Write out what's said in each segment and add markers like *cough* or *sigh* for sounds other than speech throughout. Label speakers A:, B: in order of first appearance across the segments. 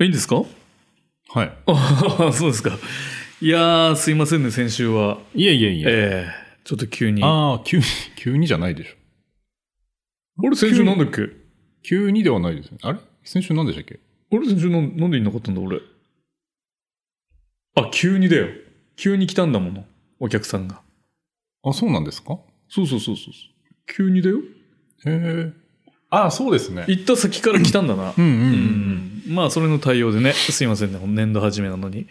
A: いいんですか
B: はい。
A: あ *laughs* そうですか。いやー、すいませんね、先週は。
B: いえいえいえ。
A: ええちょっと急に。
B: ああ、急に、 *laughs* 急にじゃないでしょ。
A: 俺先週なんだっけ
B: 急にではないですね。あれ先週何でしたっけ
A: 俺先週なんなんでいなかったんだ、俺。あ、急にだよ。急に来たんだもの。お客さんが。
B: あ、そうなんですか
A: そうそうそうそうそう。急にだよ。
B: へえ。ああ、そうですね。
A: 行った先から来たんだな。
B: うんうんうん。
A: うんまあ、それの対応でね、すいませんね、年度初めなのに。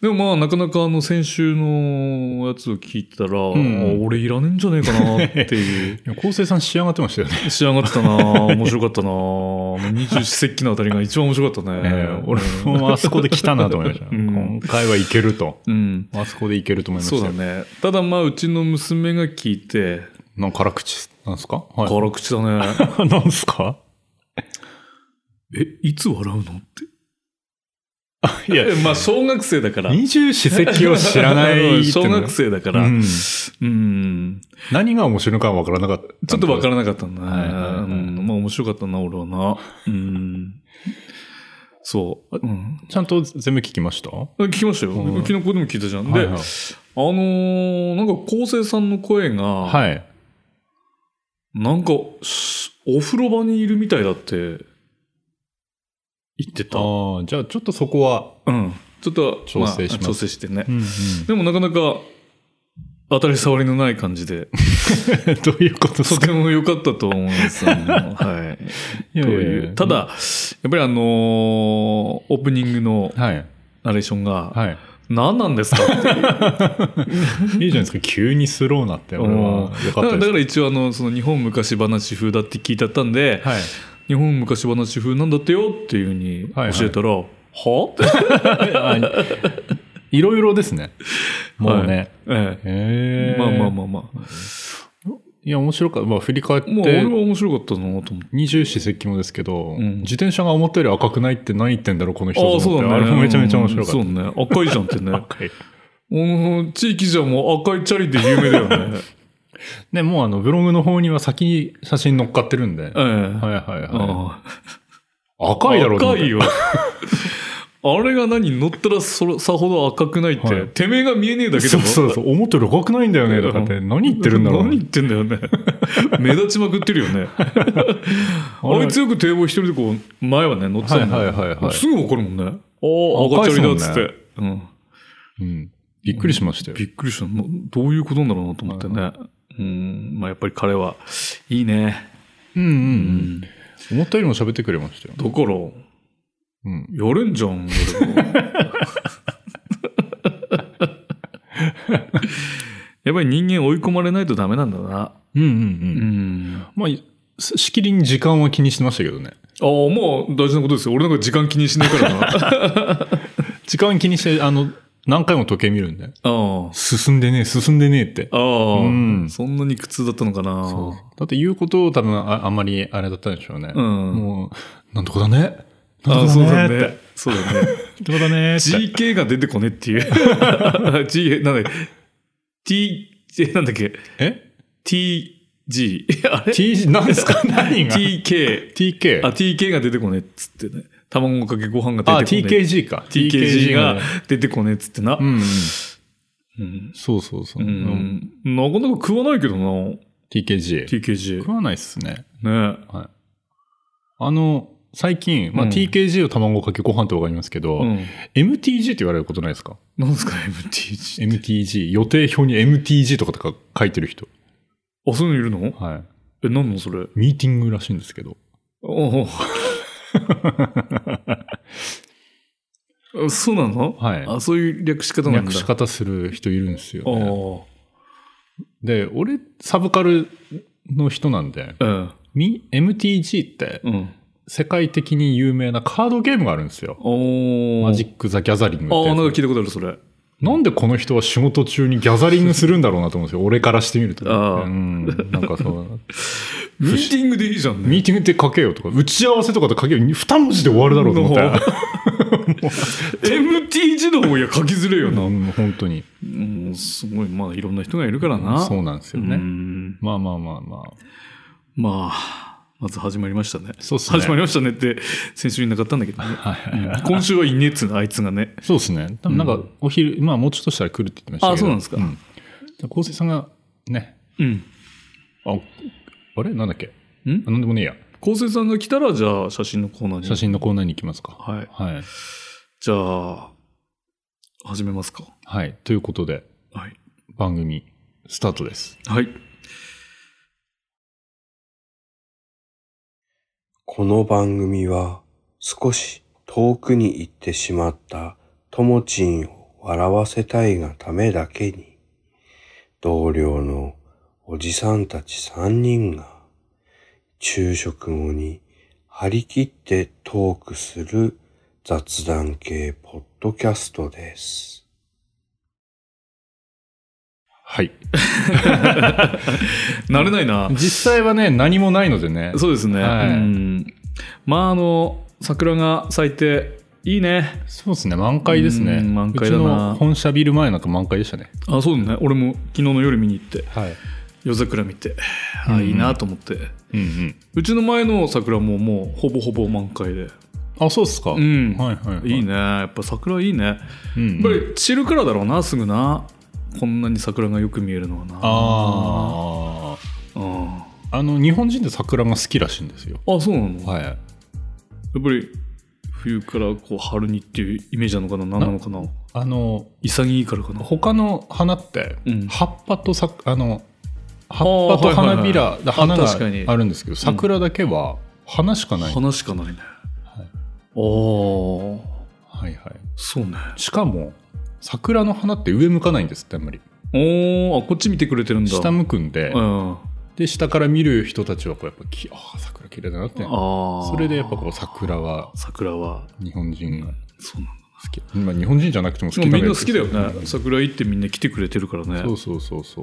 A: でもまあ、なかなかあの、先週のやつを聞いてたら、
B: ん
A: あ俺いらねえんじゃねえかなって *laughs* いう。
B: いや昴生さん仕上がってましたよね。
A: 仕上がってたなぁ面白かったなぁ二十四節気のあたりが一番面白かったね。
B: 俺もあそこで来たなと思いま *laughs* した。
A: うん
B: 今回はいけると。
A: うん。
B: あそこでいけると思いました
A: そう
B: よ。
A: だね。ただまあ、うちの娘が聞いて、
B: なんか辛口なんですかは
A: 辛口だね。
B: い。 *laughs* なんですか
A: え、いつ笑うのって。
B: いや、
A: えまあ、小学生だから。
B: 二十四節気を知らな
A: う
B: い
A: ん
B: って
A: 小
B: いうのが
A: 学生だから。う。
B: うんん何が面白いのかわからなかったんだけど。
A: ちょっとわからなかったんだ
B: はいはいはい
A: ね。うんまあ、面白かったな、俺はな。うん。そう。うん。
B: ちゃんと全部聞きましたは
A: 聞きましたよ。
B: うん
A: 昨日ここでも聞いたじゃん。
B: い
A: で、
B: はい
A: あのーなんか、昴生さんの声が、
B: はい。
A: なんか、すお風呂場にいるみたいだって、言ってた。う
B: ああ、じゃあちょっとそこは。
A: ん。ちょっと、
B: 調整します
A: あ調整してね。
B: うんうん、
A: でもなかなか、当たり障りのない感じ
B: *laughs*
A: で、
B: *laughs* どういうことです
A: と
B: か
A: ても良かったと思います。
B: *laughs*
A: あのはい。
B: いや
A: と
B: いやいや
A: いうただ、やっぱりあのーオープニングの
B: はい。
A: ナレーションが、
B: はい。
A: 何なんです
B: *laughs*
A: かって。
B: いいじゃないですか。急にスローなって、俺は。よか
A: だ
B: っ
A: から
B: た
A: だ
B: で
A: から一応あの、その日本昔話風だって聞いてあったんで、
B: す。はい。
A: 日本昔話風なんだってよっていうふう
B: はいは
A: に
B: い
A: 教えたら、はって
B: いろいろですね。もうね。
A: ええ。
B: へ *laughs* え。
A: まあまあまあまあ。
B: いや、面白かった。まあ、振り返っ
A: まあ、俺は
B: て、
A: 面白かったなと思って。
B: 二十四節気もですけど、
A: ん
B: 自転車が思ったより赤くないって何言ってんだろう、この人
A: ああ、
B: と
A: そ
B: 思っ
A: う
B: て
A: だね。
B: あれもめちゃめちゃ面白かった。
A: うんそうね。赤いじゃんってね。あ
B: 赤い
A: の、地域じゃもう赤いチャリで有名だ
B: *laughs*
A: よね。
B: ね、もうあの、ブログの方には先に写真乗っかってるんで。
A: ええ
B: はいはいは
A: ああ
B: い。赤いだろうと思っ
A: 赤
B: て
A: いよ。 *laughs* あれが何乗ったらそれさほど赤くないって、
B: はい
A: てめえが見えねえだけで
B: そう
A: も
B: そうそう。思ったより赤くないんだよね。だからって、何言ってるんだろうな。
A: 何言ってんだよね *laughs* 目立ちまくってるよ
B: *laughs*
A: ねあいつよく堤防一人でこう前はね乗ってたもんね、
B: はいはいはいはい
A: すぐ分かるもんねああ赤チャリだっつって、
B: 赤
A: うん、
B: うん。びっくりしましたよ。
A: びっくりしたなどういうことなんだろうなと思ってね、うんまあ、やっぱり彼はいいね、
B: うんう。
A: うん
B: 思ったよりも喋ってくれましたよ。
A: だから
B: うん。
A: やれんじゃん俺 *laughs* もやっぱり人間追い込まれないとダメなんだな
B: うんうんう。
A: うんん
B: まあ、ししきりに時間は気にしてましたけどね。
A: ああまあ大事なことですよ俺なんか時間気にしないから *laughs* な
B: 時間気にして、あの、何回も時計見るんで。
A: あ
B: 進んでねえ、進んでねえって。
A: あ。ああ、
B: うん
A: そんなに苦痛だったのかな。
B: そうだって言うことを多分ああんまりあれだったんでしょうね。
A: うん
B: もう、なんとかだね。
A: あ
B: なんとかだね。
A: そうだ。ね。そうだね。
B: なんとかだねって。
A: GK が出てこねっていう。G、なんだ *laughs* っけ ?T、えなんだっけ
B: え
A: ?TG。あれ
B: ?T、何ですか何が
A: ?TK。
B: ?TK
A: あ、。TK が出てこねっつってね。卵かけご飯
B: あ、
A: が出てこね。
B: TKG か。
A: TKG が出てこねっつってな
B: う。んうん。
A: うん。
B: そうそうそうう。
A: ん。なかなか食わないけどな。
B: TKG。
A: TKG
B: 食。わないっすね。
A: ね。
B: はい。あの、最近、まあ、
A: うん
B: TKG を卵かけご飯ってわかりますけど、
A: うん。
B: MTG って言われることないですか
A: なんですか ?MTG。
B: ?MTG。予定表に MTG とかとか書いてる人。
A: あ、そういうのいるの
B: はい。
A: え、なんのそれ。
B: ミーティングらしいんですけど。 *laughs*
A: おお。そうなの、
B: はい。
A: あ、そういう略し方なんだ。
B: 略し方する人いるんですよ、
A: あ
B: ね。で、俺、サブカルの人なんで、
A: あ。うん。
B: み MTG って
A: うん。
B: 世界的に有名なカードゲームがあるんですよ。
A: お
B: マジック・ザ・ギャザリングって
A: ああ、な
B: や
A: ん
B: つ
A: か聞いたことある、それ。
B: なんでこの人は仕事中にギャザリングするんだろうなと思うんですよ。俺からしてみると。
A: ああ
B: うん。なんかそう。
A: ミーティングでいいじゃんね。
B: ミーティングって書けよとか、打ち合わせとかで書けよ。二文字で終わるだろうと思
A: *laughs*
B: ったら。
A: MTG の方いや書きづれえよな。
B: うん本当に。
A: うん、すごい。まあ、いろんな人がいるからな。
B: そううなんですよ
A: ね。
B: ね。まあまあまあまあ。
A: まあ、まず始まりましたね。
B: そうっすね
A: 始まりましたねって、先週いなかったんだけどね。
B: はいはいは
A: うん *laughs* 今週はいねえっつうの、あいつがね。
B: そうですね。多分なんか、お昼、まあ、もうちょっとしたら来るって言ってましたけど。
A: あそうなんですか
B: うん。昴生さんが、ね、
A: うん。
B: あ、あれなんだっけ
A: ん
B: あなんでもねえや。
A: 昴生さんが来たら、じゃあ、写真のコーナーに。
B: 写。真のコーナーに行きますか。
A: はい。
B: はい。
A: じゃあ、始めますか。
B: はい。ということで、
A: はい。
B: 番組、スタートです。
A: はい。
C: この番組は少し遠くに行ってしまったともちんを笑わせたいがためだけに同僚のおじさんたち三人が昼食後に張り切ってトークする雑談系ポッドキャストです。
B: はい。
A: 慣れないな。
B: 実際はね、何もないのでね。
A: そうですね。
B: はい
A: うん。まあ、あの、桜が咲いて、いいね。
B: そうですね。満開ですね。
A: うん満開だな
B: うちの本社ビル前なんか満開でしたね。
A: あ、そうだね。俺も昨日の夜見に行って、
B: はい。
A: 夜桜見て、あ、
B: うん
A: いいなと思って。
B: うんうん。
A: うちの前の桜ももうほぼほぼ満開で。
B: あ、そうっすか。
A: うん。
B: はいはいはい
A: いいね。やっぱ桜いいね。
B: うんうん
A: やっぱり散るからだろうな、すぐな。こんなに桜がよく見えるのはな。
B: あ
A: うんあ。
B: あ。あの、日本人って桜が好きらしいんですよ。
A: そうなの、
B: はい。
A: やっぱり冬からこう春にっていうイメージなのかな何なのかな
B: あの、
A: 潔いからかな
B: 他の花って
A: うん
B: 葉っぱとさあの
A: あー
B: 葉っぱと花びら、
A: はいはいはい
B: 花
A: あ確かに
B: があるんですけど桜だけは花しかない、
A: 花しかないね。
B: はい
A: おお
B: はいはい
A: そうね。
B: しかも桜の花って上向かないんですってあんまり
A: おおあ、こっち見てくれてるんだ。
B: 下向くんで、
A: うん。あ
B: で下から見る人たちはこうやっぱきあー桜綺麗だなって
A: あ。
B: それでやっぱこう桜は
A: 桜は、
B: 日本人が好
A: そうなんだ。
B: き、まあ、日本人じゃなくても好き
A: もうみんな好きだよ
B: なわけ
A: ね。
B: です
A: 桜行ってみんな来てくれてるからね。
B: そうそうそうそ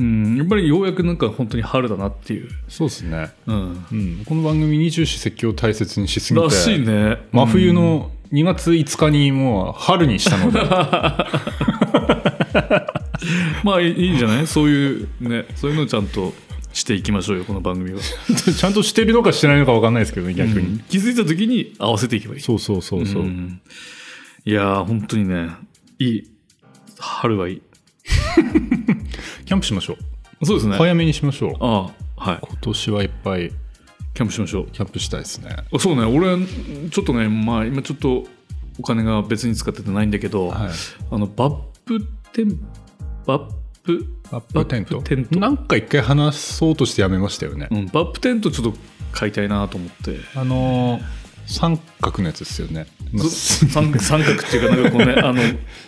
A: うん、やっぱりようやくなんか本当に春だなっていう。
B: そうですね、
A: うん。
B: うん、この番組二十四節気を大切にしすぎて
A: らしいね。
B: 真冬の2月5日にもう春にし
A: *laughs*
B: たので、
A: うん。まあいいいいんじゃないそういうね、そういうのをちゃんとしていきましょうよ、この番組
B: *laughs*
A: は。
B: ちゃんとしてるのかしてないのか分かんないですけどね、逆
A: う
B: に
A: ん。気づいた時に合わせていけばいい。
B: そうそうそうそう。
A: んいやー、本当にね、いい。春はいい。
B: キャンプしましょう。
A: そうですね。
B: 早めにしましょう。
A: ああ、はい。
B: 今年はいっぱい
A: キャンプしましょう。
B: キャンプしたいですね。
A: あそうね、俺、ちょっとね、まあ今ちょっとお金が別に使っててないんだけど、
B: はい。
A: あの、バップテン、バップ、
B: アップテント。
A: バップテント
B: なんか一回話そうとしてやめましたよね。
A: うん、バップテントちょっと買いたいなと思って。
B: あのー三角のやつですよね。まあ *laughs*
A: ず三三角っていうか、なんかこうね、あの、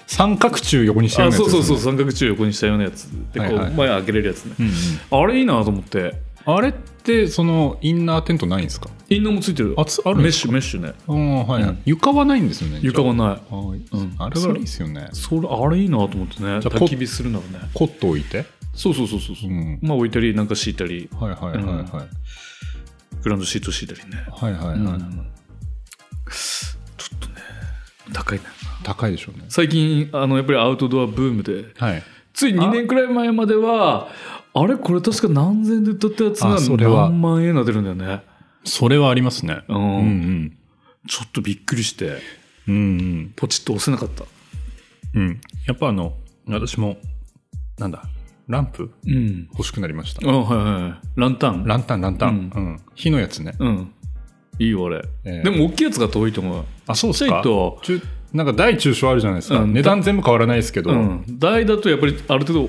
B: 三角柱横にしてる
A: あ
B: やつで
A: そ
B: す、
A: う
B: ね。
A: そうそう、三角柱横にしたようなやつで、こ、
B: はいうはい
A: 前開けれるやつね。
B: うんうん
A: あれいいなと思って、
B: あれって、その、インナーテントないんですか
A: インナーもついてる。
B: あつあるん
A: メ
B: で
A: ッ
B: す
A: シュ、メッシュね。
B: かうんはいはい、床はないんですよね。
A: 床
B: は。
A: はない。
B: はい
A: うん
B: あれはいいですよね。
A: それ、あれいいなと思ってね。
B: じゃあこ
A: 焚き火するならね。
B: コット置いて。
A: そうそうそうそうそうう。
B: ん。
A: まあ置いたり、なんか敷いたり、
B: はいはいはいはい。
A: グランドシート敷いたりね。
B: はいはい
A: うん
B: はい。
A: ちょっとね、高いな。
B: 高いでしょうね。
A: 最近、あの、やっぱりアウトドアブームで、
B: はい。
A: つい2年くらい前まではあれこれ確か何千円で売ったってやつが
B: あそれは
A: 何万円な出るんだよね、
B: それはありますね。
A: う
B: うんんうん。
A: ちょっとびっくりして
B: うんうん。
A: ポチッと押せなかった
B: うん。やっぱあの、私も、なんだ、ランプ
A: うん
B: 欲しくなりました
A: あ。はいはいはいランタン
B: ランタン、ランタン。
A: う
B: うん。火のやつね。
A: うんいいよあれ、
B: ええ
A: でも大きいやつが遠いと思う
B: あ、そうっ
A: ちっちゃいと、
B: 中なんか大中小あるじゃないですか。
A: うん
B: 値段全部変わらないですけど。
A: うん、台だとやっぱりある程度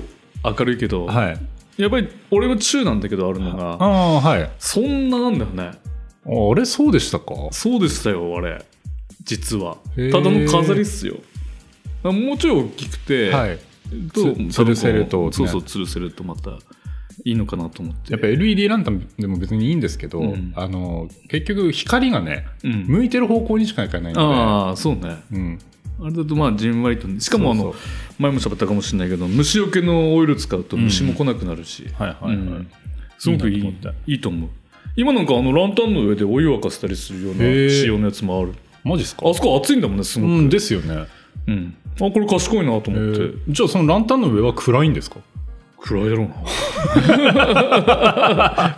A: 明るいけど、
B: はい。
A: やっぱり俺は中なんだけどあるの
B: あ
A: が
B: あ、はい。あ
A: そんななんだよね
B: あれ、そうでしたか。
A: そうでしたよあれ実は
B: へえ
A: ただの飾りっすよもうちょい大きくて、
B: はい。
A: と
B: つ吊るせるとね
A: そうそう吊るせるとまたいいのかなと思って
B: やっぱ LED ランタンでも別にいいんですけど、
A: うん
B: あの、結局光がね、
A: うん
B: 向いてる方向にしか行かないの
A: ああそうね
B: で。うん。
A: あれだとまあじんわりとねしかもあの
B: そう
A: 前も喋ったかもしれないけど虫除けのオイル使うと虫も来なくなるし、
B: そうはいは
A: う
B: いはい
A: ん。すごくいい
B: いい
A: い
B: なと
A: い
B: 思っ
A: と思う今なんかあのランタンの上でお湯沸かせたりするような
B: へえ
A: 仕様のやつもある
B: マジっすか
A: あそこ熱いんだもんねすごく、
B: うんですよね、
A: うんあこれ賢いなと
B: え
A: 思って、
B: ーじゃあそのランタンの上は暗いんですか *laughs*
A: 暗いやろうなか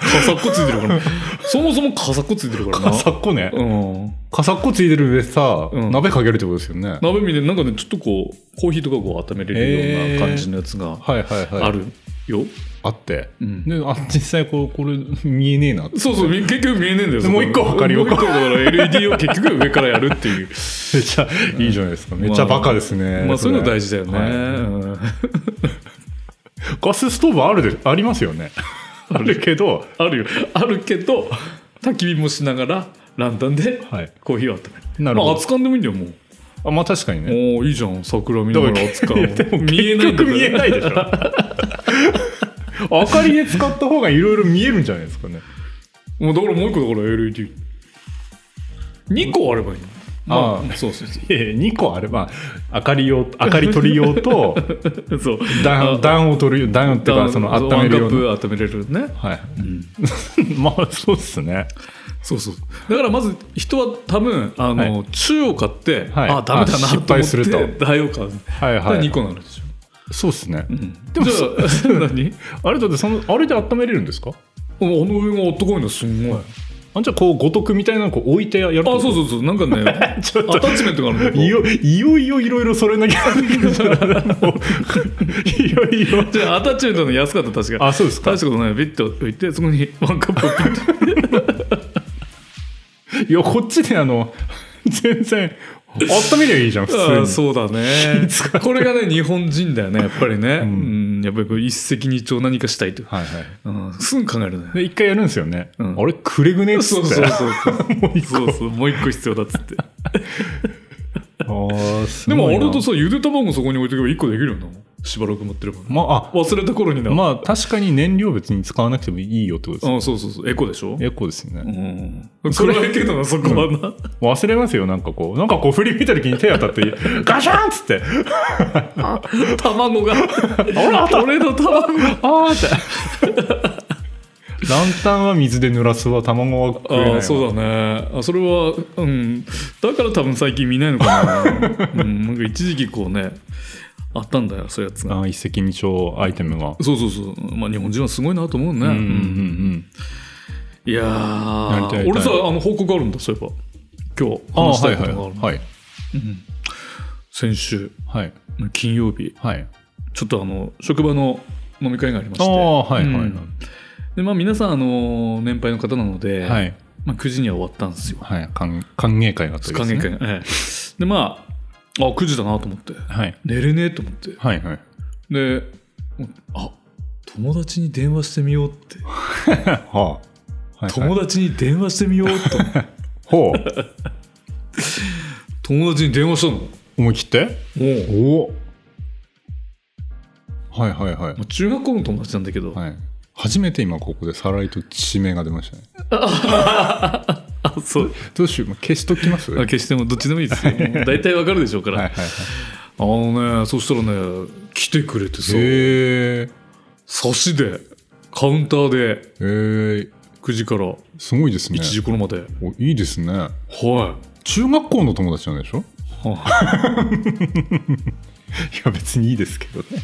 A: さっこついてるからそもそもカサコついてるから
B: カ
A: な。
B: サッコね。
A: うん。
B: カサッコついてる上さ、
A: うん
B: 鍋かけるってことですよね。はい
A: 鍋見て、なんかね、ちょっとこう、コーヒーとかこう温めれるような感じのやつが
B: はいはい。
A: あるよ。
B: あって。
A: うん
B: で、あ、実際こう、これ見えねえな *laughs* って。
A: そうそう、み結局見えねえんだよ。
B: でもう一個測りよう
A: もう一個だから LED を結局上からやるっていう。
B: めっちゃいいじゃないですか。めっちゃバカですね。
A: *laughs* まあそういうの大
B: 事。
A: 事だよね。
B: はい
A: うん
B: ガスストーブあるで、ありますよ
A: *laughs*
B: ね。あるけど、
A: あるよ。あるけど、焚き火もしながら、ランタンで
B: はい。
A: コーヒーを温める。
B: なるほど
A: まあ、熱燗でもいいんだよ、もう。
B: あ、まあ確かにね。
A: おおいいじゃん桜見ながら熱燗
B: いやでも
A: 見えないんだ
B: 結局見えないでしょ。 *laughs* 明かりで使った方がいろいろ見えるんじゃないですかね。
A: もうだからもう一個だから LED2 個あればいいの
B: ああ
A: まあそうそうそ
B: ええ、2個あれば、明かり用、明かり取り用
A: *laughs*
B: と、
A: うそう
B: 暖暖を取る、暖っていうか、その温めるような。
A: ワンカップ温めれるね、
B: はい。 *laughs* まあ、そうですね。
A: そうそうだからまず人は多分あの、中を買って、
B: はい
A: ああダメだな
B: あ
A: と思っ
B: 失敗すると
A: て大を買う
B: はいはい。
A: 2個になるでしょ、
B: そうですね。
A: でもじゃ
B: *laughs*
A: あ何
B: あれだってその、あれで温めれるんですか
A: あの上があったかいのすんごい
B: あじゃあこう五徳みたいなのをこう置いてやる
A: あそうそうそうなんかね
B: *laughs* ちょっと
A: アタッチメントがあるんだ
B: いよいよいよいろいろそれなきゃいよいよ
A: じゃあアタッチメントの安かった確か
B: あそうですか
A: 大したことないビッと置いてそこにワンカップをピッと
B: いやこっちであの全然温めりゃいいじゃん普
A: ああ
B: 通に
A: そうだね *laughs* これがね日本人だよねやっぱりね、うんん、やっぱりこう一石二鳥何かしたいと、
B: はいはい
A: うん、すぐ考えるね
B: で一回やるんですよね、
A: うん
B: あれくれぐねっつっ
A: そ
B: て
A: うそうそうそう
B: もう一個
A: そうそうもう *laughs* 一個必要だっつ *laughs* って
B: ああす
A: で
B: ごい
A: も
B: な
A: あれとさゆで卵そこに置いとけば一個できるよなしばらく持ってればね、
B: まあ
A: 忘れた頃に
B: あ
A: な、
B: まあ確かに燃料別に使わなくてもいいよってことです
A: ああそうそうそうエコでしょ
B: エコですよ
A: う
B: ね、
A: ん
B: それ
A: 暗いけどなそこはな、
B: 忘れますよなんかこうなんかこう振り見た時に手当たって *laughs* ガシャンっつって
A: *laughs* 卵 *laughs* が俺の卵が
B: あーって。 *laughs* ランタンは水で濡らすわ、卵は食えないわ。
A: ああそうだねあそれはうんだから多分最近見ないのかな、
B: *laughs*
A: うん、なんか一時期こうねあったんだよそういうやつが
B: あー一石二鳥アイテムが。
A: そうそうそうまあ日本人はすごいなと思うね、
B: うんうんう
A: うん
B: ん。
A: いや
B: やりた
A: ー
B: いやりたい
A: 俺さあの報告あるんだそういえば今日
B: あ
A: 話し
B: ー
A: たい
B: はい
A: こと
B: はい
A: があるの
B: はい。
A: 先週
B: はい。
A: 金曜日
B: はい。
A: ちょっとあの職場の飲み会がありまし
B: あ
A: て
B: あ、はいはいは
A: う
B: い
A: んでまあ皆さんあの年配の方なので、
B: はい。
A: まあ、9時には終わったんですよ
B: はい。歓歓迎会があったわ
A: 歓
B: けで
A: 迎
B: す
A: 会
B: ね
A: が、ええでまああ9時だなと思って
B: はい。
A: 寝れねえと思って
B: はいはい。
A: であ友達に電話してみようって、
B: はあ。はいはい
A: 友達に電話してみよう
B: *laughs*
A: と
B: ほう。
A: 友達に電話したの
B: 思い切って
A: もう
B: おお。はいはいはい
A: まあ。中学校の友達なんだけど、
B: はい。初めて今ここでさらりと地名が出ましたね。
A: あそう
B: どうしよう。消しときます
A: あ
B: はい
A: 決してもどっちでもいい
B: *laughs*
A: ですよもう大体わかるでしょうから、
B: はいはい。
A: あのねそしたらね来てくれてさ
B: へえ。
A: 差しでカウンターで
B: へえ。
A: 9時から
B: すごいですね
A: 1。時頃まで、
B: おいいですね。
A: は
B: 中学校の友達なんでしょい
A: い、はい
B: や、別にいいですけどね。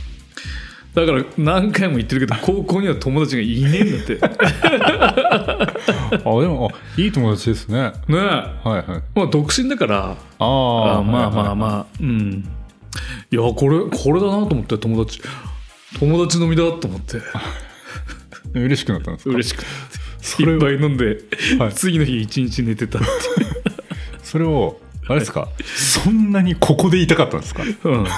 A: だから何回も言ってるけど高校には友達がいねえんだって
B: あ、でも、あいい友達ですね。はい
A: ねえま
B: はい。
A: あ独身だから
B: あー
A: あまあまあ
B: あ。
A: まあうんいやこれこれだなと思って友達友達飲みだと思って
B: 嬉しくなったんですか
A: 嬉しく
B: それ
A: いっ
B: を
A: ぱい飲んで、
B: はい
A: 次の日一日寝てたって
B: それを、あれですか、そんなにここで言いたかったんですか
A: いう、うん、だ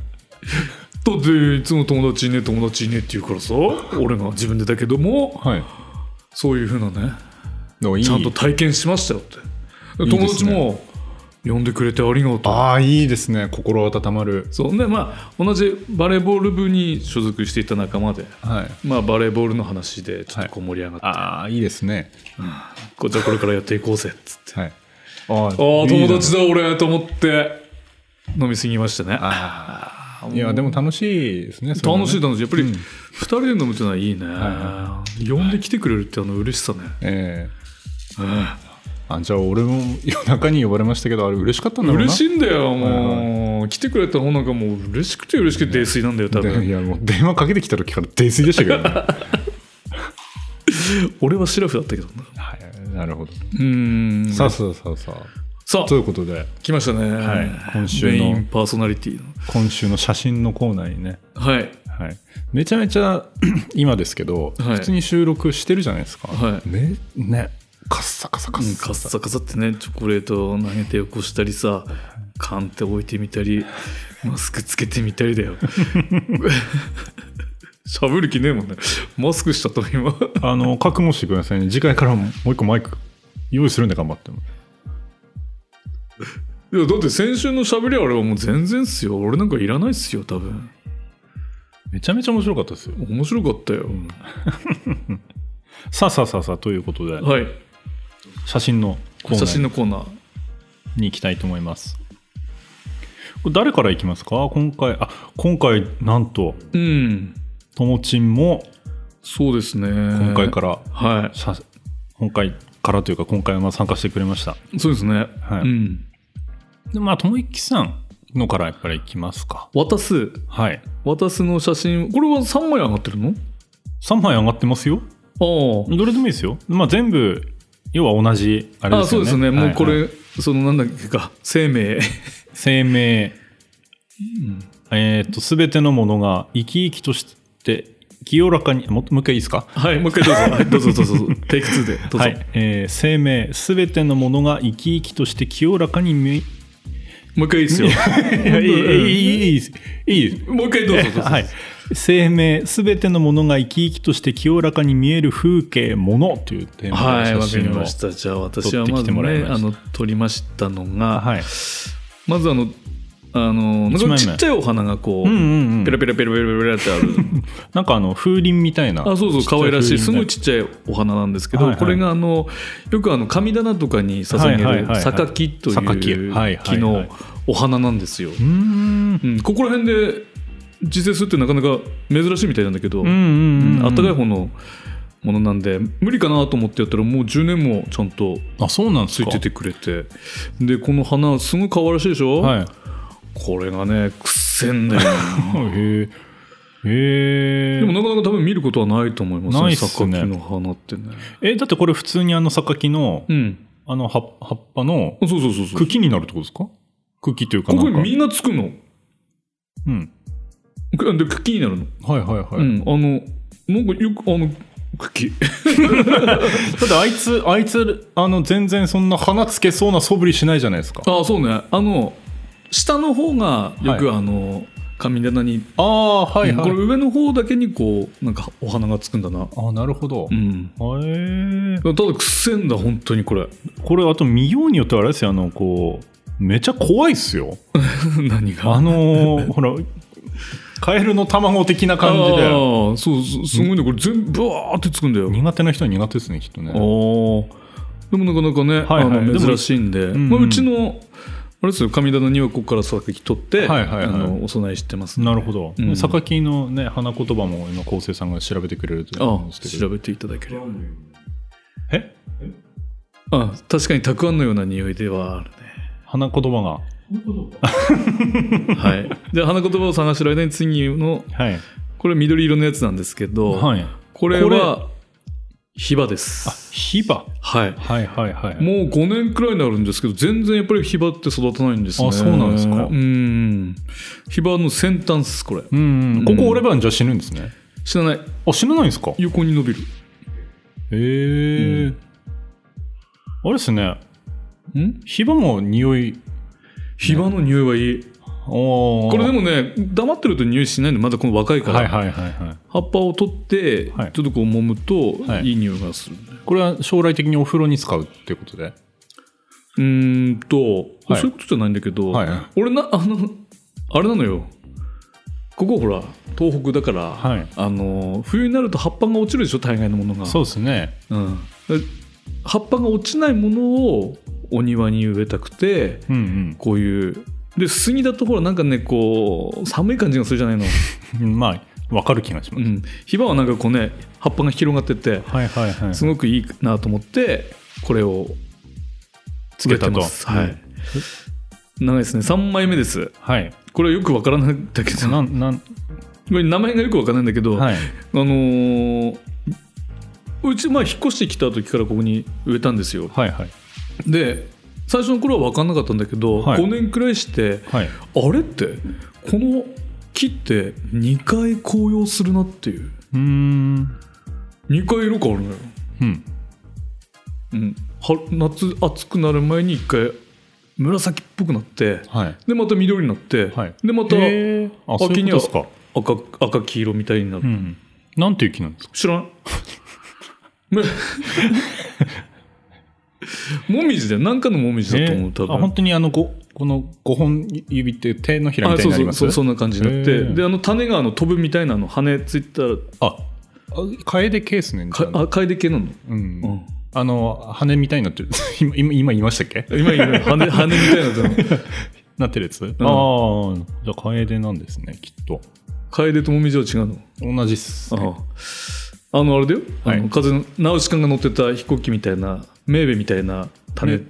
A: っていつも友達いねえ友達いねえって言うからさ俺が自分でだけども
B: はい。
A: そういうふうなね
B: でもいい
A: ちゃんと体験しましたよって
B: いい
A: 友
B: です
A: 達
B: ね
A: も呼んでくれてありがとう
B: ああ、いいですね。心温まる。
A: そうでまあ同じバレーボール部に所属していた仲間で、
B: はい。
A: まあ、バレーボールの話でちょっとこう盛り上がって、
B: ああ、いいですね。
A: こうじゃあこれからやっていこうぜっつって
B: はい。ああ、
A: ああ友達
B: だ。
A: だ俺と思って飲み過ぎましたね
B: あ
A: あ
B: あ。いや、でも楽しいですね。それもね
A: 楽しい楽しいやっぱり
B: うん
A: 2人で飲むっていうのはいいね、
B: は
A: 呼んできてくれるってあの嬉しさね、
B: ええあじゃあ俺も夜中に呼ばれましたけどあれ嬉しかったんだろうな
A: 嬉し
B: い
A: いんだよもう、来てくれた方なんかもう嬉しくて嬉しくて泥酔なんだよ多分、
B: いやもう電話かけてきた時から泥酔でしたけどね
A: 俺はシラフだったけどな
B: なるほど。
A: うん
B: さ
A: さ
B: あさあさあさ
A: さ
B: あ。とい
A: あ
B: うことで、
A: 来ましたね、
B: はい今週
A: メ
B: の
A: インパーソナリティの
B: 今週の写真のコーナーにね、
A: はい
B: はい、めちゃめちゃ *clears throat* 今ですけど、
A: はい
B: 普通に収録してるじゃないですか。
A: はい
B: めね、カッサカサカッサ
A: カッサカサってねチョコレートを投げてよこしたりさカンって置いてみたりマスクつけてみたりだよ *laughs* 喋る気ねえもんねマスクしちゃった今
B: あの、覚悟してくださいね。次回からももう一個マイク用意するんで頑張っても。
A: いやだって先週の喋りあれはもう全然っすよ俺なんかいらないっすよ多分
B: めちゃめちゃ面白かったですよ。
A: 面白かったよ、
B: さあさあさあさあということで、
A: はい
B: 写真のコ
A: 写真
B: ーナ
A: の
B: ー
A: コーナー
B: に行きたいと思います。これ誰から行きますか今回、あ、今回なんと、
A: うん
B: ともちんも
A: そうですね
B: 今
A: 今
B: 回から、
A: は
B: 写今回からというか今回は参加してくれました。
A: いそうですね、
B: はい
A: うん
B: でまあ、ともいきさんのからやっぱり行きますか。
A: 渡す
B: はい。
A: 渡すの写真これは3枚上がってるの
B: 3枚上がってますよ。
A: あ
B: どれでもいいですよ。まあ、全部、要は同じ、あ
A: あ、
B: れ
A: あ
B: で
A: あ
B: す
A: そ
B: よ
A: う
B: ね。
A: ですね、
B: はい
A: もうこれ、
B: はい
A: そのなんだっけか生命
B: 生命、えっと、すべてのものが生き生きとして、清らかに、ももう一回いいですか
A: *laughs* はいもう一回どうぞ、はい、どうぞどうぞどうぞテイク2でどうぞ、
B: はい。えー生命、すべてのものが生き生きとして清らかに見、い
A: もう一回いいですよ
B: やいい、いい、いい、いいです、いいです。
A: もう一回どうぞどうぞ、
B: はい、生命すべてのものが生き生きとして清らかに見える風景ものというテーマ
A: はい、
B: で
A: わか
B: 写
A: り
B: 真を、
A: ました。じゃあ私はまず
B: 撮ってきてもらい
A: ね、
B: ました
A: あの撮りましたのが、
B: はい、
A: まずあのあの
B: 一
A: な
B: 枚
A: んか
B: 目
A: ちっちゃいお花がこう、
B: うんうんうん
A: ペラペラペラペラペラってある。
B: なんかあの風鈴みたいな
A: *laughs* あ、そうそう、
B: ちっちゃ
A: 可愛らしい。すごい
B: 風鈴
A: ちっちゃいお花なんですけど、
B: はいはい
A: これがあのよくあの神棚とかに捧げ
B: はいはいはい
A: る
B: はい
A: 榊という
B: 榊はいはいはい
A: 木のお花なんですよ。
B: みたいなうーん
A: うん、ここら辺で自生するってなかなか珍しいみたいなんだけど、
B: うんうんうん
A: あったかい方のものなんで無理かなと思ってやったらもう10年もちゃんと
B: あそうなんで
A: つ
B: す
A: い
B: か
A: ててくれてでこの花すごい可愛らしいでしょ、
B: はい
A: これがねくっせんだよ
B: へえへ
A: でも
B: え
A: なかなか多分見ることはないと思います
B: ないっすね
A: 榊の花ってね
B: えだってこれ普通にあの榊の、
A: うん
B: あの葉葉っぱの
A: そうそうそうそう
B: 茎になるってことですか茎というか
A: こ
B: な
A: こ
B: んか
A: に実がつくの
B: うん
A: くで茎になるの、
B: はいはいはい、
A: うんあのなんかよくあの茎
B: だってあいつあいつあの全然そんな花つけそうな素振りしないじゃないですか
A: ああそうねあの下の方がよく、
B: は
A: あの神棚に、
B: ああは
A: うんこれ上の方だけにこうなんかお花がつくんだな
B: あなるほど、
A: うん
B: へえ
A: ただくっせんだ本当にこれ *laughs*
B: これあと見ようによってはあれですよあのこうめちゃ怖いっ
A: *laughs*
B: すよ
A: 何が
B: あのーほらカエルの卵的な感じで
A: ああそうそうすごいねこれ全部ブワーってつくんだよ、
B: 苦手な人は苦手ですねきっと
A: ああ
B: ね
A: でもなかなかね、
B: はいはい
A: あの
B: でも
A: 珍しいんでう
B: うん
A: まあ、うちのあれですよ神棚にはここから榊取って、
B: はいはいはい
A: あのお供えしてます、
B: なるほど、
A: うん
B: 榊のね花言葉も今昴生さんが調べてくれるということ
A: あ
B: なんですけ
A: 調
B: ど
A: べていただければ
B: え
A: あ確かにたくあんのような匂いではある
B: 花言葉
A: ねはいじゃあ花言葉を探してる間に次の
B: がはい、
A: これ緑色のやつなんですけど、
B: はい、
A: これはヒバです
B: ヒバ
A: はい
B: はいはいはい
A: もう5年くらいになるんですけど全然やっぱりヒバって育たないんですね
B: あそうなんですか
A: うんヒバの先端ですこれ
B: うんうんここ折ればじゃあ死ぬんですね、
A: 知らない
B: あ死なないんですか
A: 横に伸びる
B: へえ、あれですね
A: ん
B: ヒバも匂い
A: ヒバの匂いはいい
B: お
A: これでもね黙ってると匂いしないんでまだこの若いから、
B: はいはいはいはい
A: 葉っぱを取って、
B: はい
A: ちょっとこう揉むと、
B: はい
A: い、い匂いがする
B: これは将来的にお風呂に使うっていうことで
A: うーんと、
B: はい
A: そういうことじゃないんだけど、
B: はい
A: 俺なあのあれなのよここほら東北だから、
B: はい
A: あの冬になると葉っぱが落ちるでしょ大概のものが
B: そうですね
A: うん、葉っぱが落ちないものをお庭に植えたくて
B: うん
A: こういうで杉だとほらなんかねこう寒い感じがするじゃないの、
B: うんまあわかる気がしま
A: う
B: す、
A: ん、ヒバはなんかこうね葉っぱが広がってて
B: はいはいはい
A: すごくいいなと思ってこれを
B: つけたと
A: 植えてますはい長いですね3枚目です
B: はい
A: これはよくわからないんだけどこ
B: なんなん
A: れ名前がよくわからないんだけど、
B: はい
A: あのーうちまあ引っ越してきた時からここに植えたんですよ
B: はいはい
A: で最初の頃は分かんなかったんだけど、
B: はい
A: 5年くらいして
B: はい
A: あれってこの木って2回紅葉するなっていう
B: うーん
A: 2回色変わるのよ、
B: うん
A: うん、春夏暑くなる前に1回紫っぽくなって
B: はい
A: でまた緑になって、
B: はい
A: でまた
B: へーあそうい
A: 秋
B: うこ
A: に
B: と
A: は
B: ですか
A: 赤赤黄色みたいになる、
B: うんなんていう木なんですか
A: 知らん *laughs* めもみじだよ何かのもみじだと思う多
B: えーあ本
A: 分
B: 当にあのごこの5本指って手のひらみたい
A: そ
B: に
A: う
B: な
A: そ
B: り
A: うそ
B: ます
A: うそんな感じになっ
B: へ
A: て
B: ー
A: であの種があの飛ぶみたいなの羽ついたら
B: ああ楓ケースね
A: かあ楓系なの、う
B: うん
A: ん
B: あの羽みたいになってる *laughs* 今今今言いましたっけ
A: 今言うの羽羽みたいなの
B: なってるやつ、ああじゃあ楓なんですねきっと
A: 楓ともみじは違うの
B: 同じっすね
A: あああのあれだよ、
B: はい
A: あの風のナウシカが乗ってた飛行機みたいなメーベみたいな種、 *laughs*
B: ね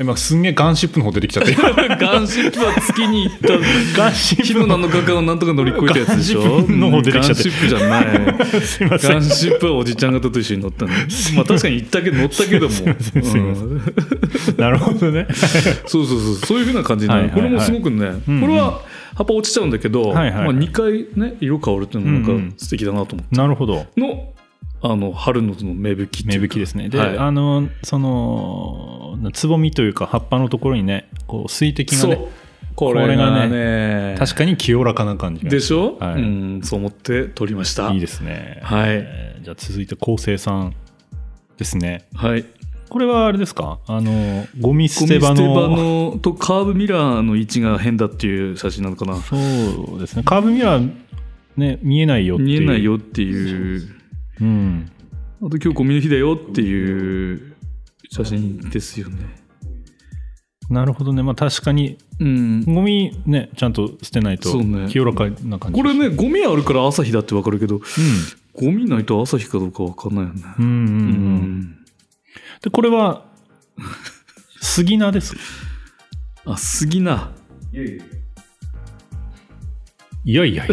B: 今すんげえガンシップの方出てきちゃって
A: ガンシップは月に行った
B: ガンシ
A: 火の名の画家をなんとか乗り越えたやつでしょ
B: ガンシップの方出てきちゃっ
A: ガン
B: て
A: シップじゃない
B: プ *laughs* すいませ
A: ガ
B: ん
A: ンシップはおじちゃん方と一緒に乗ったのまあ確かに行ったけど乗ったけども、
B: せんすいませ
A: うん
B: なるほど
A: *laughs*
B: ね
A: そうそうそうそういうふうな感じになる、
B: はいはいはい
A: これもすごくね、
B: うん
A: これは葉っぱ落ちちゃうんだけど、
B: はいはいはい
A: まあ、2回ね色変わるっていうのもなんか素敵だなと思っ
B: なるほど
A: て、のあの春のその芽吹きって
B: 芽
A: いう
B: 吹
A: か
B: きですねで、
A: はい
B: あのそのつぼみというか葉っぱのところにねこう水滴が
A: そ
B: ね
A: うこれがね
B: 確かに清らかな感じが
A: でしょ、
B: はい
A: うんそう思って撮りました
B: いいですね、
A: はい
B: えーじゃあ続いて昴生さんですね
A: はい
B: これはあれですかあのゴミ捨
A: ゴミ
B: て
A: 捨て場
B: 場の
A: のとカーブミラーの位置が変だっていう写真なのかな
B: そうですねカーブミラーね見えないよって
A: 見
B: いう
A: えないよっていう
B: うん
A: あと今日ゴミの日だよっていう写真ですよね
B: なるほどねまあ確かに
A: うん
B: ゴミねちゃんと捨てないと
A: そうね
B: 清らかな感じ
A: これねゴミあるから朝日だってわかるけどゴミないと朝日かどうかわかんないよね
B: うんうんうんうん、でこれは杉菜です
A: あ杉な
B: やいやいや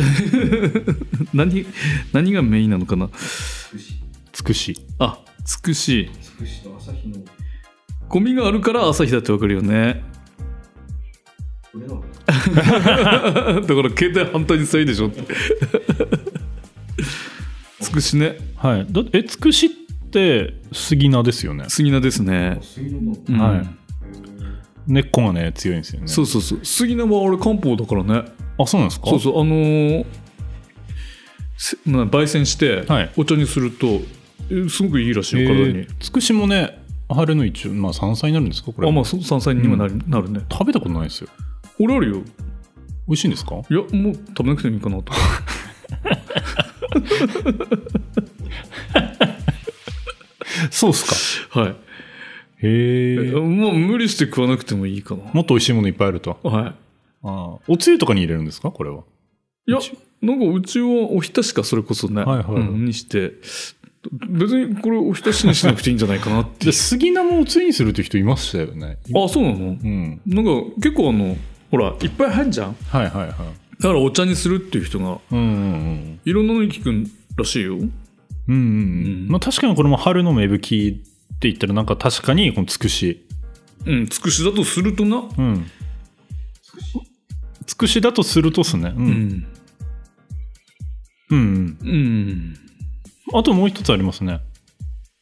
A: *laughs* 何何がメインなのかな
B: つくし
A: あつくしゴミがあるから朝日だってわかるよね *laughs* だから携帯反対にしたいでしょって *laughs* つくしね
B: はいだえつくしって杉菜ですよね、
A: 杉菜ですね、うん
B: はい根っこがね強いんですよね
A: そうそうそう杉菜はあれ漢方だからね
B: あそうなんですか
A: そうそうあのーせな焙煎して
B: はい
A: お茶にすると、えすごくいいらしいよ体に、
B: えーつくしもね春の一応まあ山菜になるんですかこれ
A: あまあそう山菜にもなる,、なるね
B: 食べたことないですよ
A: 俺あるよ
B: 美味しいんですか
A: いやもう食べなくてもいいかなと
B: そうっすか
A: はい、
B: へえ
A: もう無理して食わなくてもいいかな
B: もっと美味しいものいっぱいあると
A: は
B: あーおつゆとかに入れるんですかこれは
A: い
B: い
A: や
B: うち
A: なんかうちはおひたしかそれこそね、
B: はいはいはい
A: うんにして別にこれおひたしにしなくていいんじゃないかなって
B: で杉菜もおつゆにするって人いましたよね
A: あそうなの
B: うん
A: なんか結構あのほらいっぱい入んじゃん
B: はいはいはい
A: だからお茶にするっていう人が
B: うんうん
A: いろんなのに聞くんらしいよ
B: うんうんうん
A: うん
B: まあ確かにこれも春の芽吹きって言ったらなんか確かにこのつくし
A: うんつくしだとするとな
B: うんつくしだとするとっすねう
A: うんん
B: うんうん
A: うん
B: あともう一つありますね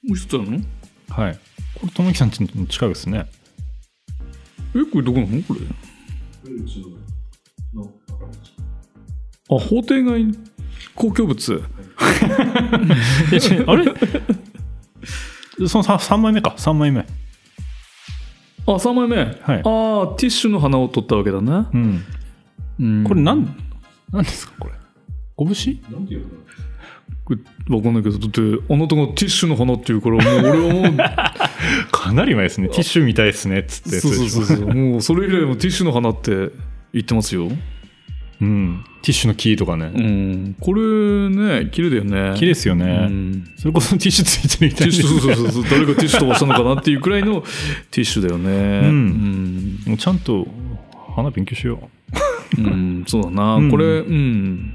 A: もう一つあるのえ
B: はいこれ友樹さんちの近いですね
A: これどこなのこれあ法廷外公共物
B: いや *laughs* 違うあれその 3, 枚目か3枚目
A: あ3枚目、
B: い
A: ああティッシュの花を取ったわけだな、
B: うん
A: うん
B: これなん、なんですかこれ拳
A: これわかんないけどだってあなたがティッシュの花っていうからもう俺はもう
B: かなり前ですねティッシュみたいですねっつって
A: そうそうそうそうもうそれ以来もティッシュの花って言ってますよ
B: うんティッシュの木とか
A: う
B: ね
A: んこれね綺麗だよね
B: 木ですよね、
A: うん
B: それこそティッシュついてるみた
A: ティ
B: いな
A: ッシュそうそうそう誰がティッシュ飛ばしたのかなっていうくらいのティッシュだよねうん、
B: もうちゃんと花勉強しよ
A: うんそうだな、
B: うん
A: これうん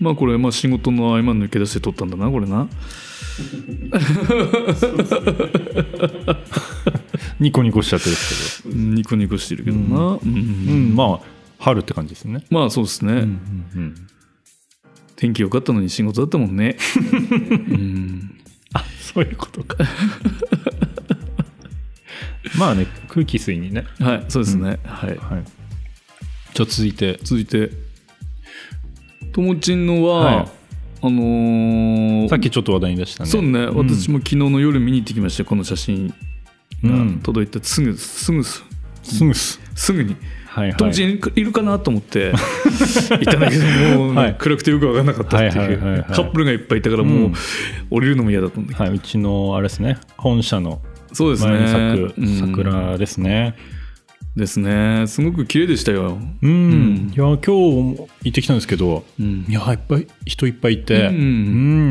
A: まあこれ、まあ、仕事の合間抜け出して撮ったんだなこれな
B: ニコニコしちゃってるんですけ
A: ニコニコしてるけどな、うん
B: ど、うん、まあ春って感じですね、
A: まあそうですね、天気良かったのに仕事だったもんねうん
B: あそういうことか *laughs* まあね空気水にね、
A: はいそうですね、はい
B: はい、じゃあ続いて
A: 続いてともちんのは、
B: はい
A: あのー
B: さっきちょっと話題に出したね
A: そうね、
B: ん
A: 私も昨日の夜見に行ってきましたこの写真が
B: うん
A: 届いてすぐすぐす
B: すぐっす
A: すぐに
B: はいはい
A: 友人いるかなと思って
B: *laughs*
A: 行ったんだけどもう、
B: はい
A: 暗くてよく分からなかったっていう
B: はいはいはいはい
A: カップルがいっぱいいたからもう、
B: うん
A: 降りるのも嫌だったんだけど、
B: はいうちのあれですね本社の
A: そうです
B: 前
A: ね
B: に咲
A: うん
B: く桜ですね
A: ですねすごく綺麗でしたよ、
B: うん、
A: うん
B: いや今日行ってきたんですけど
A: うん
B: いやいっぱい人いっぱいいて
A: うん
B: う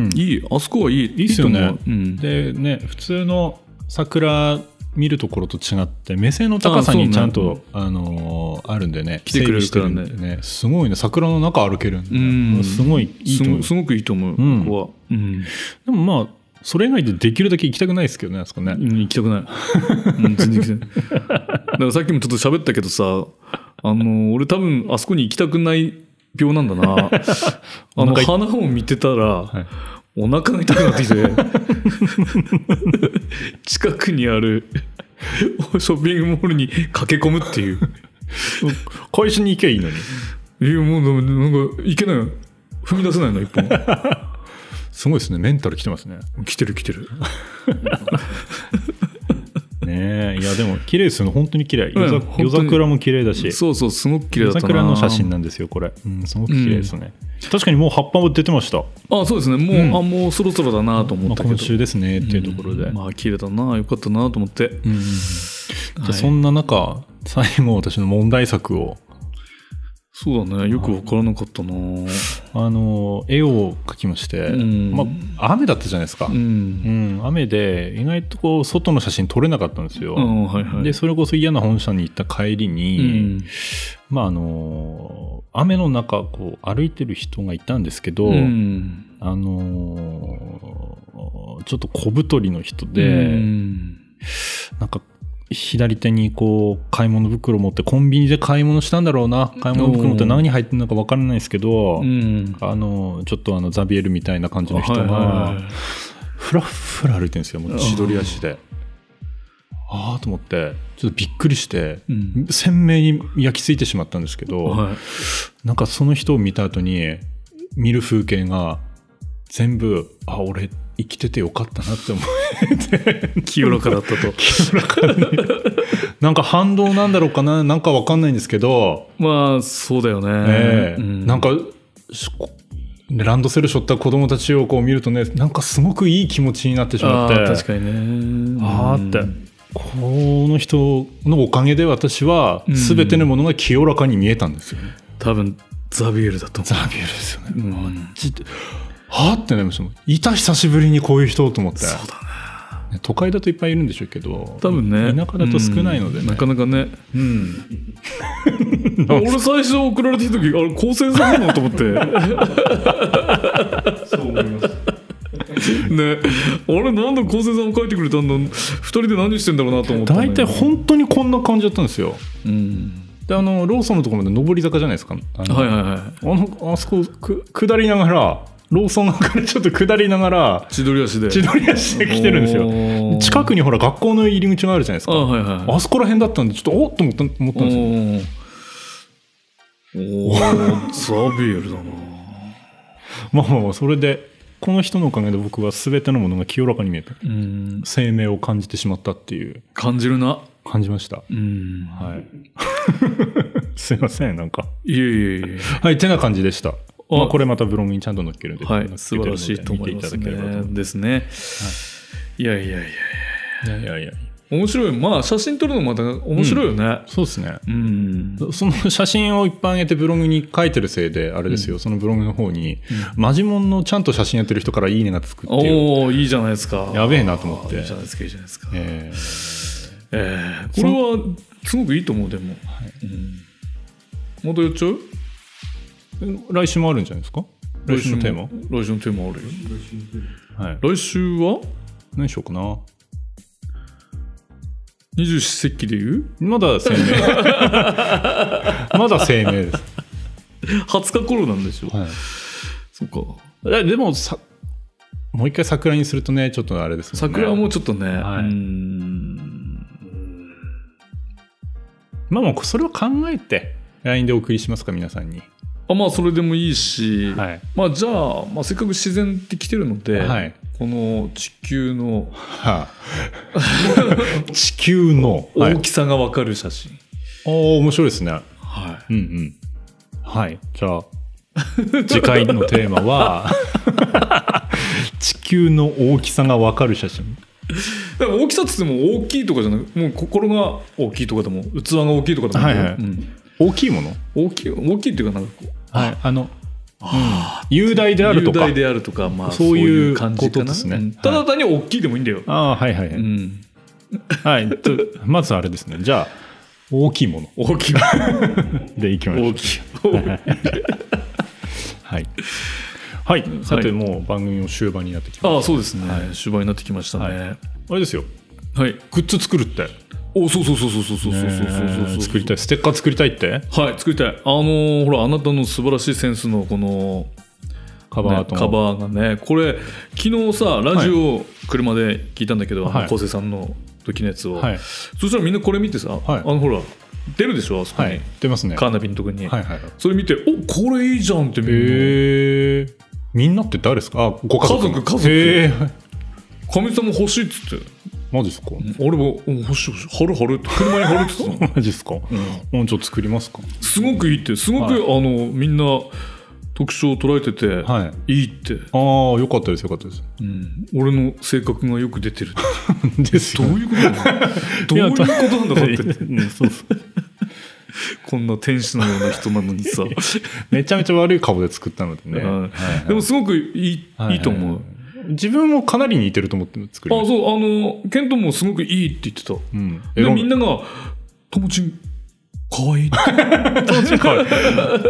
B: ん
A: いいあそこはいい
B: いいっすよね
A: と思ううん
B: でね普通の桜見るところと違って目線の高さ
A: あそう
B: に
A: ね
B: ちゃんとあ,、のーあるんでね
A: 来てくれるからね
B: 整備してんでねすごいね桜の中歩けるんで、
A: うん
B: すごいいいと思います
A: すごくいいと思う、
B: うん
A: ここは、うん
B: でもまあそれ以外でできるだけ行きたくないですけどねあ
A: *laughs*
B: そこね、
A: うん行きたくない、うん、全然行きたく
B: *laughs*
A: ないだからさっきもちょっと喋ったけどさあの俺多分あそこに行きたくない病なんだ
B: *laughs*
A: なあの
B: お腹い
A: 花を見てたら、
B: はい
A: お腹が痛くなってき
B: *laughs*
A: て近くにあるショッピングモールに駆け込むっていう
B: 会社に行けばいいのに
A: いやもうなんかいけないよ踏み出せないの一
B: *laughs*
A: 本
B: すごいですねメンタル来てますね
A: 来てる来てる
B: ねえいやでも綺麗ですよね本当に綺麗
A: うん
B: 夜,、
A: 本当に
B: 夜桜も綺麗だし
A: そうそうすごく綺麗だ
B: 夜
A: ったな
B: 桜の写真なんですよこれ、うん、すごく綺麗ですね、確かにもう葉っぱも出てました、ま
A: あそうですねもう、
B: うん
A: あもうそろそろだなと思
B: あ、
A: ったけど、
B: 今週ですねっていうところで、
A: うんまあ綺麗だなよかったなと思って
B: うんじゃあそんな中、最後私の問題作を
A: そうだねよくわからなかったなう
B: あの絵を描きまして、
A: ん
B: まあ、雨だったじゃないですか、うん
A: ん
B: 雨で意外とこう外の写真撮れなかったんですよ、
A: うんはいはい
B: でそれこそ嫌な本社に行った帰り
A: う
B: に、
A: ん
B: まああの雨の中こう歩いてる人がいたんですけど、
A: うん
B: あのちょっと小太りの人で、
A: うん
B: なんか左手にこう買い物袋持ってコンビニで買い物したんだろうな買い物袋持って何入ってるのか分からないですけど、
A: うん
B: あのちょっとあのザビエルみたいな感じの人
A: はいはい
B: が
A: はい
B: ふらふら歩いてるんですよもう自撮り足で。ああと思ってちょっとびっくりして
A: うん
B: 鮮明に焼き付いてしまったんですけど、
A: はい
B: なんかその人を見た後に見る風景が全部あ俺生きててよかったなって思う
A: 清らかだったと
B: *laughs* なんか反動なんだろうかな、なんかわかんないんですけど、
A: まあそうだよね
B: ねえ
A: うん
B: なんか、しこランドセル背負った子供たちをこう見るとね、なんかすごくいい気持ちになってしま
A: あ
B: って、
A: ー確かにね
B: あーって、
A: うん
B: この人のおかげで私は
A: うん
B: 全てのものが清らかに見えたんですよね。
A: 多分ザビエルだと思
B: ザビエルですよね。
A: ううん
B: ちはあってなりましたもんいた久しぶりにこういう人と思って。
A: そうだ
B: ね都会だといっぱいいるんでしょうけど、
A: 多分ね
B: 田舎だと少ないので
A: う
B: ね
A: ん。なかなかね
B: うん
A: 俺最初送られてきた時あれ高専さんなのと思って
D: そう思います。
A: ねあれなんで高専さんも書いてくれたんだ2人で何してんだろうなと思ったんだ
B: 大
A: よ
B: 体本当にこんな感じだったんですよ。
A: うん
B: であのローソンのところまで上り坂じゃないですかあの,、
A: はいはいは
B: あのあそこく下りながらローソン側からちょっと下りながら
A: い千鳥足で
B: 自撮り足で来てるんですよ
A: よ
B: 近くにほら学校の入り口があるじゃないです
A: あ
B: かあ,、
A: はいはい
B: そこら辺だったんでちょっとおっと思った思ったんですよ
A: おーおーザビエルだな
B: まあまあまあそれでこの人のおかげで僕は全てのものが清らかに見えた
A: うん
B: 生命を感じてしまったっていう
A: 感じるな
B: 感じました
A: うん
B: はい *laughs* すいませんなんか
A: いやいやいや
B: はいてな感じでしたまあ、これまたブログにちゃんと載っけるんで、
A: は
B: 載っけてる
A: い
B: ので
A: 素晴らしいと思います
B: 見ていただければと思い
A: ね
B: ま
A: ですねいやいやいや
B: すいやいやいや
A: 面白いまあ写真撮るのまた面白いよね
B: そうですね
A: うん
B: その写真をいっぱい上げてブログに書いてるせいで、あれですよ、そのブログの方に、マジモンのちゃんと写真やってる人からいいねがつくっていう、
A: おおいいじゃないですか
B: やべえなと思っ
A: い
B: て
A: いじゃ。ないですかいいじゃないですか、
B: えー
A: えーこれはすごくいいと思うでも、うん、またやっちゃう
B: 来週もあるんじゃないですか来週のテーマ
A: 来週のテーマあるよ
B: はい。
A: 来週は
B: 何しようかな。
A: 二十四節気で言う
B: ま
A: *laughs*
B: だ生命。まだ生命です。
A: 20日頃なんでしょ
B: はい
A: そっか
B: えでもさもう一回桜にするとねちょっとあれですもんね
A: 桜はもうちょっとね、
B: はいう
A: ーん
B: まあもうそれを考えて LINE でお送りしますか皆さんに
A: あまあそれでもいいし、
B: はい
A: まあじゃあ、まあ、せっかく自然って来てるので、
B: はい
A: この地球の
B: はあ *laughs* 地球の、はい、
A: 大きさが分かる写真、
B: おー面白いですね
A: はい
B: うんうんはいじゃあ次回のテーマは *laughs* 地球の大きさがわかる写真
A: だから大きさっつっても大きいとかじゃなくもう心が大きいとかでも器が大きいとかでも、
B: はいはい
A: うん
B: 大きいもの
A: 大きい大きいっていうかなんかこう
B: はいあの、うん、雄大であるとか
A: 雄大であるとか、まあ、
B: そういう
A: 感じか
B: こと
A: な
B: ですね
A: うん
B: はい
A: ただ単に大きいでもいいんだよ、
B: ああはいはいはい、
A: うん
B: はい、とまずあれですね。じゃあ、大きいもの
A: 大きい
B: でいきましょ
A: 大
B: う。
A: きい
B: はい。はい、さて、もう番組も終盤になってきま
A: ああそうですね、終盤になってきましたね
B: はあれですよ、
A: はい、
B: グッズ作るって。
A: おそうそうそうそうそうそうそうそうそうそう
B: ねえ作りたい、ステッカー作りたいって
A: はい作りたいあのーほらあなたの素晴らしいセンスのこの
B: カバーと、
A: ねカバーがねこれ昨日さラジオ車で聞いたんだけど、
B: は
A: あ
B: い
A: の昴生さんの時のやつを、
B: はい、
A: そしたらみんなこれ見てさ、あのほら出るでしょあそこに、
B: はい、出ますね。
A: カー
B: は
A: ナビのとこに、
B: いはいはい。
A: それ見ておこれいいじゃんってみんな
B: えー、みんなって誰ですかあ、ご家族
A: 家
B: の。
A: 族家族
B: えー、
A: かみさんも欲しいっつって
B: マジっすか
A: 俺もうん欲しい欲しい貼る貼るって車に貼るって言って
B: *laughs*
A: たの
B: マジっすか、うん、ちょっと作りますか
A: すごくいいってすごく、
B: はい
A: あのみんな特徴を捉えてて、
B: はい。あ
A: い、いって、
B: あー、よかったです、よかったです。 *laughs*
A: うん俺の性格がよく出てるって
B: です
A: どう
B: よね
A: いうことなのどういうことなんだろうって
B: うんそうそう
A: こんな天使のような人なのに
B: *laughs*
A: さ
B: めちゃめちゃ悪い顔で作ったのでね。
A: うん
B: はい
A: でもすごくいい,、、
B: はい
A: いと思う、。
B: 自分もかなり似てると思って作り
A: あ
B: ました。
A: そうあのケントもすごくいいって言ってた
B: うん。
A: でみん
B: な
A: なが「友人かわいい」って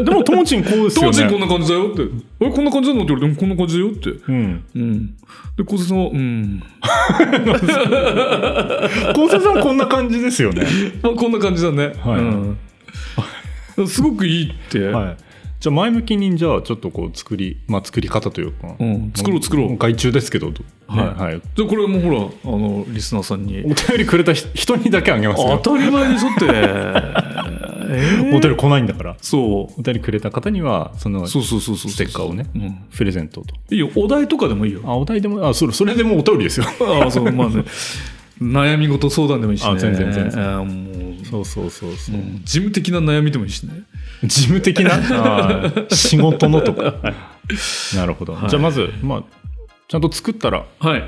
B: でもともちんこう
A: 「
B: で *laughs* すよ
A: 友
B: ね。
A: 人こんな感じだよ」って「えこんな感じなの?」って言われて「こんな感じだよ」って
B: うん。
A: うんで小瀬さんは「うん」
B: 昴生さんこんな感じですよね。
A: まあこんな感じだね、
B: はい
A: うん、すごくいいって、
B: はい。じゃあ前向きにじゃあちょっとこう作りまあ作り方というか。
A: うん作ろう作ろう
B: も外注ですけど。ど
A: はい
B: ねはい。
A: じゃあこれもほらあのリスナーさんに
B: お便りくれた人人にだけあげます
A: 当
B: よ。
A: たり前でしょってえー
B: *laughs* お便り来ないんだから。
A: そう
B: お便りくれた方にはその
A: そうそうそうそう
B: ステッカーをね
A: うん、
B: プレゼントと。
A: いいよお題とかでもいいよ
B: あお題でもあそれそれでもお便りですよ。
A: ああそうまあね悩み事相談でもいいしね
B: あ全然全然
A: あーもう
B: うそうそうそう
A: もう事務的な悩みでもいいしね
B: 事務的な仕事のとかなるほど、
A: はい
B: じゃあまず、まあ、ちゃんと作ったら、
A: はい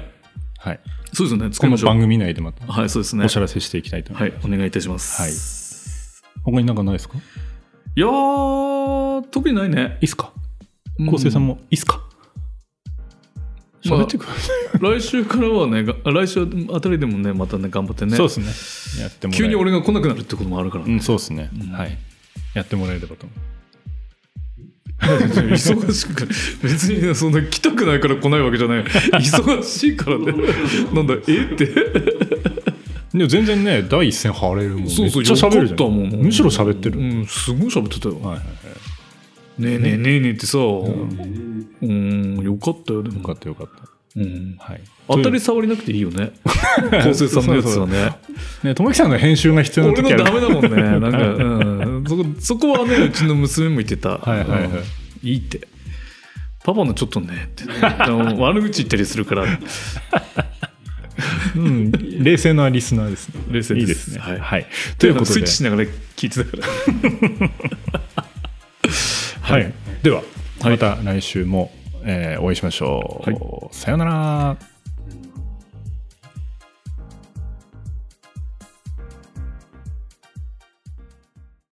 B: はい、
A: そうですね作り
B: この
A: ましょ
B: 番
A: う
B: 組内でまた
A: はいそうですね
B: お知らせしていきたいと思い
A: は
B: ま
A: い
B: す、
A: お願いいたします、
B: 他になんかないですかい
A: い、やー特にないね
B: いっすか昴生さんもいいっすか
A: まあ
B: 喋ってください、
A: 来週からはねが来週あたりでもねまたね頑張ってね
B: *laughs* そうですねやってもらえ
A: 急に俺が来なくなるってこともあるから、
B: うんそうですね、
A: ん
B: はいやってもらえればと思
A: 忙しく別にねそんな来たくないから来ないわけじゃない忙しいからねなんだえって
B: うでも全然ね第一線張れるもん
A: そうそう
B: めっちゃ喋るじゃ
A: よかったもん
B: んむしろ喋ってる、
A: うんすごい喋ってたよ、
B: はいはいはい
A: ねえねえねえねえってさうんよかったよで
B: よか
A: も、
B: ったよかっ
A: うん、
B: た、はい、
A: 当たり障りなくていいよね昴生さんのやつはね
B: ね友樹さんの編集が必要な
A: 俺
B: 時
A: の
B: ある
A: ダメだもんねなんか、うん、そこそこはねうちの娘も言ってた
B: はいはいはい
A: うんいいってパパのちょっとねってでも悪口言ったりするから
B: うん、冷静なリスナーですね。
A: 冷静です
B: いいですね。
A: はい
B: ということ
A: スイ
B: で
A: ッチ、しながら聞いてたから
B: はい、では、また来週も、えーお会いしましょう。さようなら。